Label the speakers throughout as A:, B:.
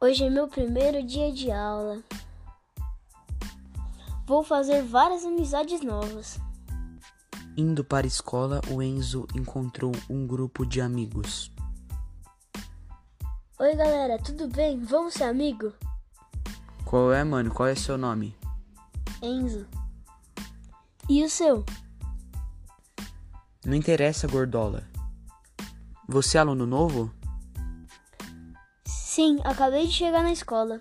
A: Hoje é meu primeiro dia de aula. Vou fazer várias amizades novas.
B: Indo para a escola, o Enzo encontrou um grupo de amigos.
A: Oi, galera, tudo bem? Vamos ser amigo?
B: Qual é, mano? Qual é seu nome?
A: Enzo. E o seu?
B: Não interessa, gordola. Você é aluno novo?
A: Sim, acabei de chegar na escola.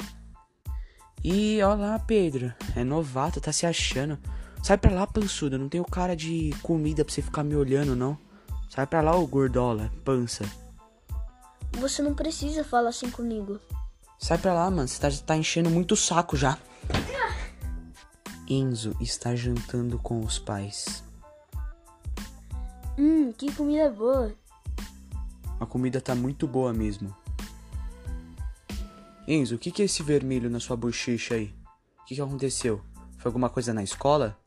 B: Ih, olha lá, Pedro. É novato, tá se achando. Sai pra lá, pançudo. Não tenho cara de comida pra você ficar me olhando, não. Sai pra lá, ô gordola, pança.
A: Você não precisa falar assim comigo.
B: Sai pra lá, mano. Você tá, tá enchendo muito o saco já. Enzo está jantando com os pais.
A: Hum, que comida boa.
B: A comida tá muito boa mesmo. Enzo, o que, que é esse vermelho na sua bochecha aí? O que, que aconteceu? Foi alguma coisa na escola?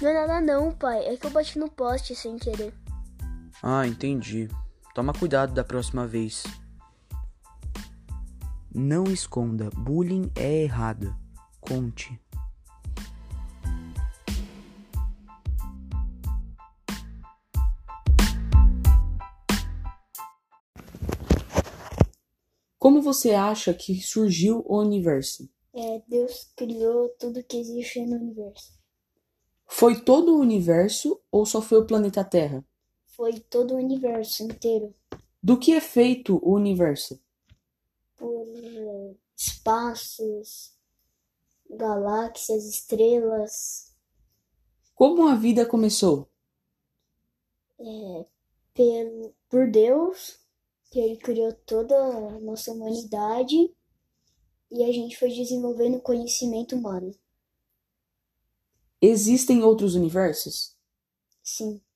A: Não é nada não, pai. É que eu bati no poste sem querer.
B: Ah, entendi. Toma cuidado da próxima vez. Não esconda, bullying é errado. Conte.
C: Como você acha que surgiu o universo?
D: É, Deus criou tudo que existe no universo.
C: Foi todo o universo ou só foi o planeta Terra?
D: Foi todo o universo inteiro.
C: Do que é feito o universo?
D: Por eh, espaços, galáxias, estrelas,
C: Como a vida começou?
D: pelo, por Deus, que ele criou toda a nossa humanidade e a gente foi desenvolvendo conhecimento humano.
C: Existem outros universos?
D: Sim,